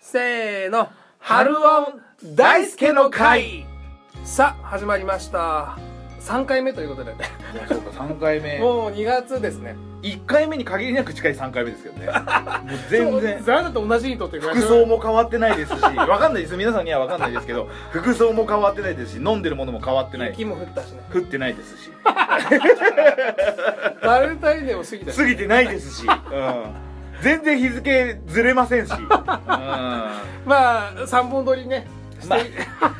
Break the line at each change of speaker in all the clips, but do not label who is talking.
せーの春音大輔の会さあ始まりました3回目ということで
いやそうか3回目
もう2月ですね
1回目に限りなく近い3回目です けどねもう全
そう
然
ザラだと同じにとってくれ
服装も変わってないですし分かんないです皆さんには分かんないですけど服装も変わってないですし飲んでるものも変わってない
雪も降ったしね
降ってないですし
バレンタインデーも過ぎたし
過ぎてないですし、うん、全然日付ずれませんし、うん、
まあ3本撮りねして、
ま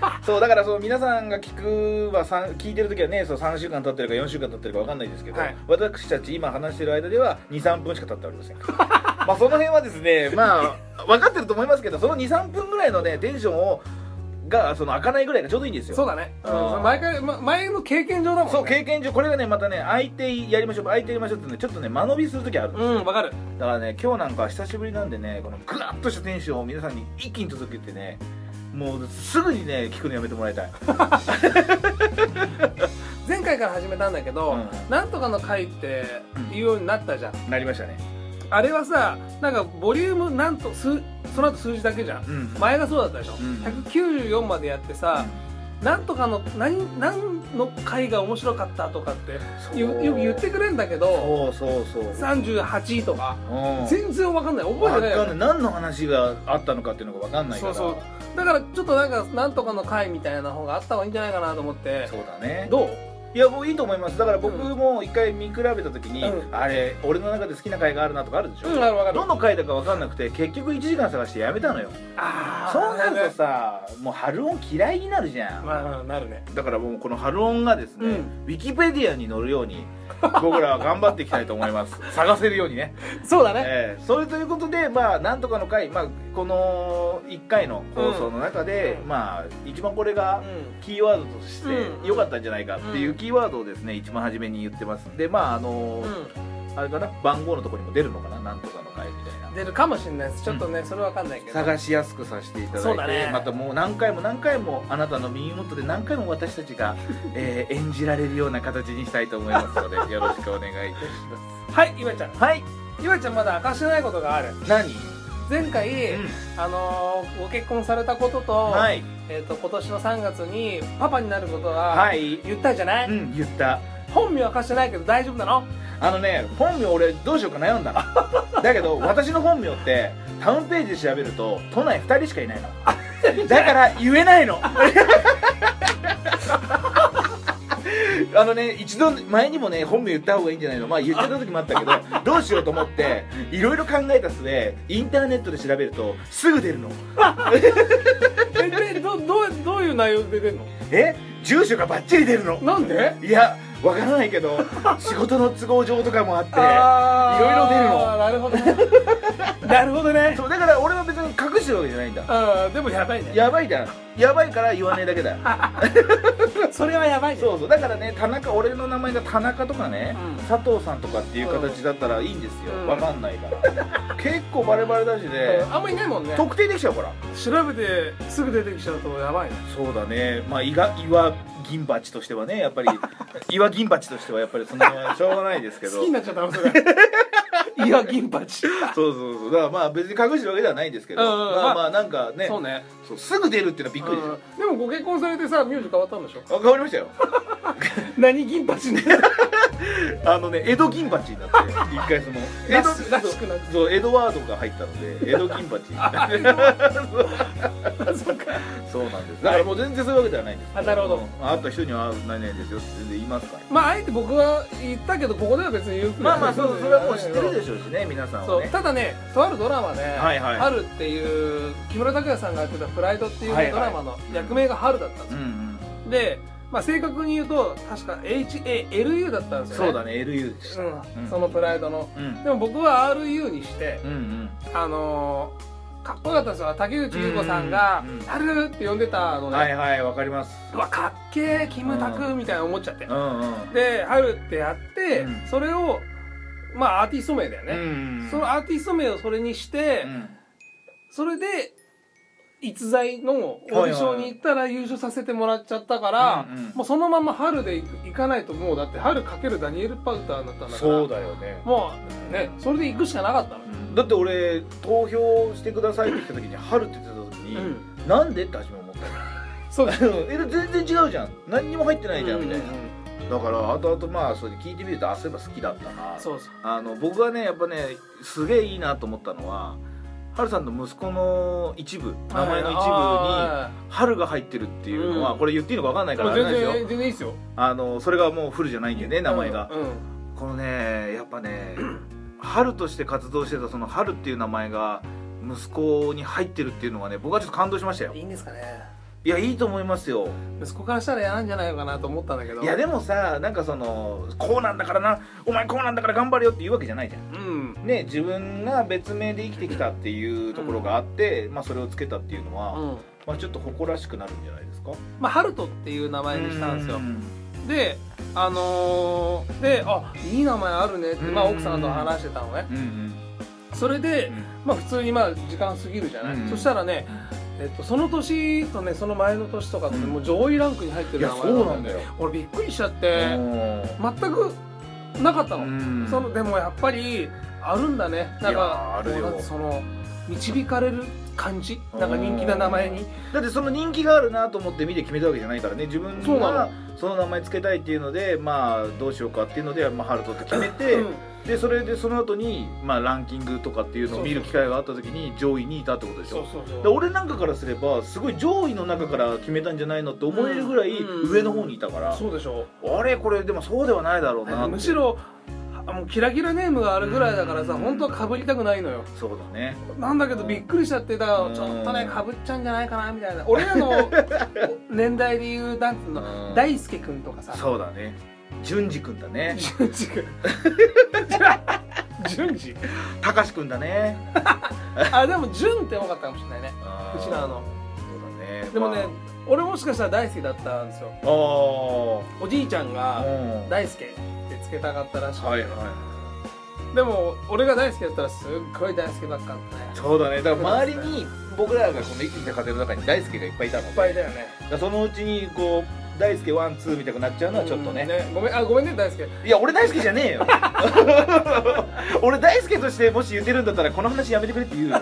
あ、そうだからそう皆さんが聞くはさん聞いてる時はねそう3週間経ってるか4週間経ってるか分かんないですけど、
はい
私たち今話してる間では23分しか経ってお りませんまあその辺はですねまあ分かってると思いますけどその23分ぐらいのねテンションをがその開かないぐらいがちょうどいいんですよ
そうだね、うん
うん
毎回ま前の経験上だもんね
そう経験上これがねまたね相手やりましょう相手やりましょうってねちょっとね間延びする時あるんですよ
うんわかる
だからね今日なんか久しぶりなんでねこのグワッとしたテンションを皆さんに一気に届けてねもうすぐにね聞くのやめてもらいたい
前回から始めたんだけど、
うん
なんとかの回って言うようになったじゃん
なりましたね
あれはさなんかボリュームなんと数その後数字だけじゃん、
うん
前がそうだったでしょ、
うん
194までやってさ、なんとかの何何の回が面白かったとかって
そう
よよく言ってくれんだけど
そうそうそううん
38とか
分
全然わかんない覚
か
え
ん
てないよ
ない何の話があったのかっていうのが分かんないか
そう
ら
そうだからちょっとなんかなんとかの回みたいな方があった方がいいんじゃないかなと思って
そうだね
どう
いやもういいと思いますだから僕
う
も一回見比べた時に、
うん
あれ俺の中で好きな回があるなとかあるでしょ、
うんわかるわかる
どの回だか分かんなくて結局1時間探してやめたのよ
あ
そうなるとさもう春音嫌いになるじゃん、
まあまあなるね
だからもうこの春音がですね、
うん
ウィキペディアに載るように僕らは頑張っていきたいと思います探せるようにね、
そうだね、
えーそれということでまあなんとかの回、まあ、この1回の放送の中で、
うん
まあ一番これが
うん
キーワードとして良かったんじゃないかっていううんキーワードをですね一番初めに言ってますんでまああのーあれかな番号のところにも出るのかななんとかの回みたいな
うん、出るかもしれないですちょっとね、それわかんないけど
探しやすくさせていただ
そ
いう
だ
て、
ね
またもう何回も何回もあなたの耳元で何回も私た ちが、えー演じられるような形にしたいと思いますのでよろしくお願いいたしま
はいゆめちゃん
すはい
ゆめちゃんまだ明かしてないことがある
何、
前回、あのーご結婚されたことと,、
はい
えー、と今年の3月にパパになることは
はい、
言ったじゃない、
うん、言った
本名明かしてないけど大丈夫な の
あのね本名俺どうしようか悩んだ のだけど私の本名ってタウンページで調べると都内2人しかいないの だから言えな いのあのね一度前にもね本名言った方がいいんじゃないのまあ言っちゃった時も あったけどどうしようと思っていろいろ考えた末インターネットで調べるとすぐ出るの
えでどどうどういう内容で出るの
え住所がバッチリ出るの
なんで
いやわからないけど仕事の都合上とかもあって
あー
いろいろ出るの
なるほどね なるほどね
そうだから俺は別に隠してるわけじゃないんだ
うんでもやばいね
やばいじゃんやばいから言わねえだけだ
それはやばいね
そうそうだからね田中俺の名前が田中とかね、
うん
佐藤さんとかっていう形だったらいいんですよ、
うん
わかんないから 結構バレバレだしね
うん、あんまいないもんね
特定できちゃうから
調べてすぐ出てきちゃうとやばいね
そうだねまあいが岩銀鉢としてはねや っぱり岩銀鉢としてはやっぱりその辺はしょうがないですけど
好きになっちゃったのそれ いや銀八
そうそうそうだからまあ別に隠してるわけではないんですけど、
うんうんうん
まあまあなんかね
そうね
そうすぐ出るっていうのはびっくりでしょ、
うんでもご結婚されてさ名字変わったんでしょ
あ変わりましたよ
何銀八ね
あのね江戸銀鉢になって 一回その江
ら
戸
しらしくなっ
そうエドワードが入ったの で江戸金
あ
八
たそっか
そうなんですだからもう全然そういうわけではないんです
あなるほど
まあ会った人には会うないないですよって全然言いますから
まああえて僕は言ったけどここでは別に言う
まあまあそうそれはもう知ってる
し
でしょうしね皆さん
そ
は
う
ね
ただねとあるドラマで、
はいはい
春っていう木村拓哉さんがやってた「プライド」っていうね、
はいはい
ドラマの役名が春だったんです
うん
よ、
うん
で、まあ、正確に言うと確か HALU だったんですよね
そうだね LU でしたうん
うん、そのプライドの
うん
でも僕は RU にして、
うん
あのー、かっこよかったんですよ竹内優子さんが
うんうんうん
「春って呼んでた
う
の
ん
ね、
はいはいわかります
うわかっけえキムタクみたいな思っちゃって、
うんうん
で「春ってやって、
うん
それをまあアーティスト名だよ
う
ね、
ん
そのアーティスト名をそれにして、
うん
それで逸材のオーディションに行ったら優勝させてもらっちゃったから、
うんうん
もうそのまま春で行く行かないともうだって春かけるダニエル・パウターになったんだから
そうだよね
もうねそれで行くしかなかったのよ、
だって俺投票してくださいって来た時に「春」って言ってた時に、
うん
なんでって初め思った
そうだ
よえ全然違うじゃん何にも入ってないじゃんみたいな、
うんうん
だから後々まあそれ聞いてみるとあそういえば好きだった
う
なん
そうそう
あの僕はねやっぱねすげえいいなと思ったのはハルさんの息子の一部名前の一部に
は
「ハルが入ってるっていうのは、
うん
これ言っていいのか分かんないいから
も
あ
う
れなん
全
です
然
よ
全然いいですよ
あのそれがもうフルじゃないんでね名前が、
うんうん
このねやっぱね春として活動してたその春っていう名前が息子に入ってるっていうのはね僕はちょっと感動しましたよ
いいんですかね
いやいいと思いますよ
息子からしたら嫌なんじゃないのかなと思ったんだけど
いやでもさなんかそのこうなんだからなお前こうなんだから頑張れよって言うわけじゃないじゃん
うん
ね自分が別名で生きてきたっていうところがあって、まあそれをつけたっていうのは、
うん
まあちょっと誇らしくなるんじゃないですか
まあ、ハルトっていう名前にしたんですよ
う
であのーであいい名前あるねって、まあ、
うん
奥さんと話してたのね
うんうん
それで、まあ、普通にまあ時間過ぎるじゃない、
うん
そしたらね、えっと、その年とねその前の年とかとね、
うん
もう上位ランクに入って
い
る
や
名前
そうなんだ
よ
よ、
俺びっくりしちゃって全くなかったの,、
うん
そのでもやっぱりあるんだねなん
いや
か
あるよ
こうなんかその導かれる感じなんか人気な名前に
だってその人気があるなと思って見て決めたわけじゃないからね自分
そうな
がその名前つけたいっていうのでまあどうしようかっていうので、まあ、ハルトって決めて、
うん
でそれでその後にまあランキングとかっていうのを見る機会があった時に上位にいたってことでしょ
そうそう
で
そう
俺なんかからすればすごい上位の中から決めたんじゃないのって思えるぐらい
うん
上の方にいたから、
そうでしょ
あれこれでもそうではないだろうなって
むしろあもうキラキラネームがあるぐらいだからさ
うん
本当はかぶりたくないのよ
そうだね
なんだけどびっくりしちゃってだから
うん
ちょっとねかぶっちゃうんじゃないかなみたいな俺ら の年代でいうなんつうの
うん
大輔君とかさ
そうだね淳二君だね
淳二君 淳二
貴司君だね
あでも淳って多かったかもしれないね
う
うちらの
そうだね
でもね
まあ
俺もしかしたら大輔だったんですよ
あー
おじいちゃんが
うん
大輔ってつけたかったらしく
はいは
でも俺が大輔だったらすっごい大輔ばっかあったね
いそうだねだから周りに僕らがこの生きてきた家庭の中に大輔がいっぱいいたの
いっぱいだよね
だからそのうちにこう大輔ワンツーみたいになっちゃうのはちょっとね,、
ごめんあごめんね大輔
いや俺大輔じゃねえよ 俺大輔としてもし言ってるんだったらこの話やめてくれって言うよ、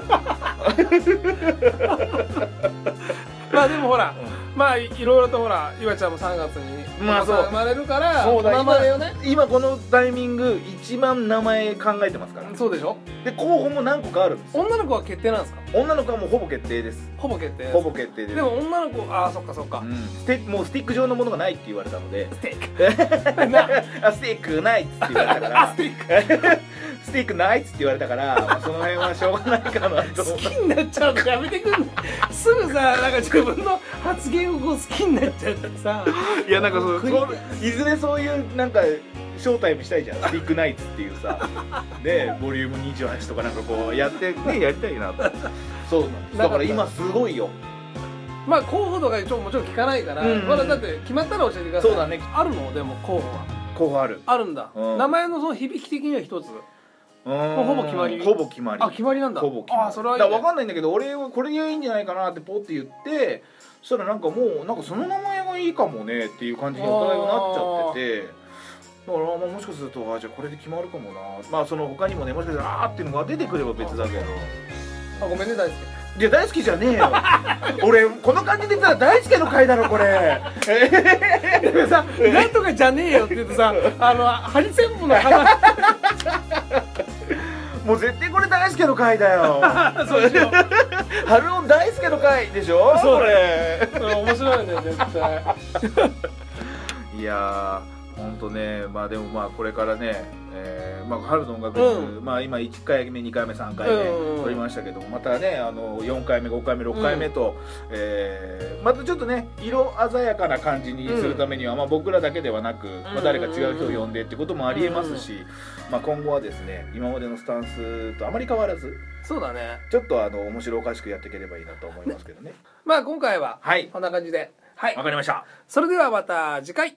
まあでもほらまあいいろいろとほら岩ちゃんも3月に
まあそう
お子さん生まれるから
そうだ
今までよね
今このタイミング一番名前考えてますから
そうでしょ
で候補も何個かあるんですよ
女の子は決定なんですか
女の子はもうほぼ決定です
ほぼ決定
ほぼ決定です
でも女の子ああそっかそっか
うん、ステもうスティック状のものがないって言われたので
ステークな
あスティックないっつって言われた か
あ
ら
ステーク
スティックないっつって言われたからまあその辺はしょうがないかなと思
好
っ
き
て
になっちゃうのやめてくんのすぐさなんか自分の発言をこう好きになっちゃってさ
いやなんかその
クリ
そういずれそういうなんかショータイムしたいじゃんスティックナイツっていう さねボリューム28とかなんかこうやってねやりたいなとそうなんですだから今すごいよ
まあ候補とかちょもちろん聞かないから、
うんうん
まだだって決まったら教えてください
そうだね
あるのでも候補は
候補ある
あるんだ、
うん
名前のその響き的には一つ
うーん
もうほぼ決まり
ほぼ決まり
あ決まりなんだ
ほぼ決まり
あそれはいい、
だ
ね、
から分かんないんだけど俺はこれでいいんじゃないかなってポって言ってそしたらなんかもうなんかその名前がいいかもねっていう感じにお互いがなっちゃってて。だからまあもしかするとあじゃあこれで決まるかもなまあその他にもねもしかしたらあーっていうのが出てくれば別だけど
あごめんね大輔
いや大好きじゃねえよ 俺この感じで言ったら大好きの回だろこれ
でもさ「 なんとかじゃねえよ」って言ってさ あのハリセンボンの話
もう絶対これ大好きの回だよ
そうでしょ
春音大好きの回でしょ
そう
これ
うん面白いね絶対
いやー、ほんとね、まあでもまあこれからね、えーまあ春の音楽室、
う
まあ今1回目、2回目、3回
うんうん
目撮りましたけども、またね、あの4回目、5回目、6回目と、えーまたちょっとね、色鮮やかな感じにするためには、まあ僕らだけではなく、まあ誰か違う人を呼んでってこともありえますし、まあ今後はですね、今までのスタンスとあまり変わらず、
そうだね
ちょっとあの面白おかしくやっていければいいなと思いますけどね。
まあ今回は
はい、
こんな感じではい
わかりました。
それではまた次回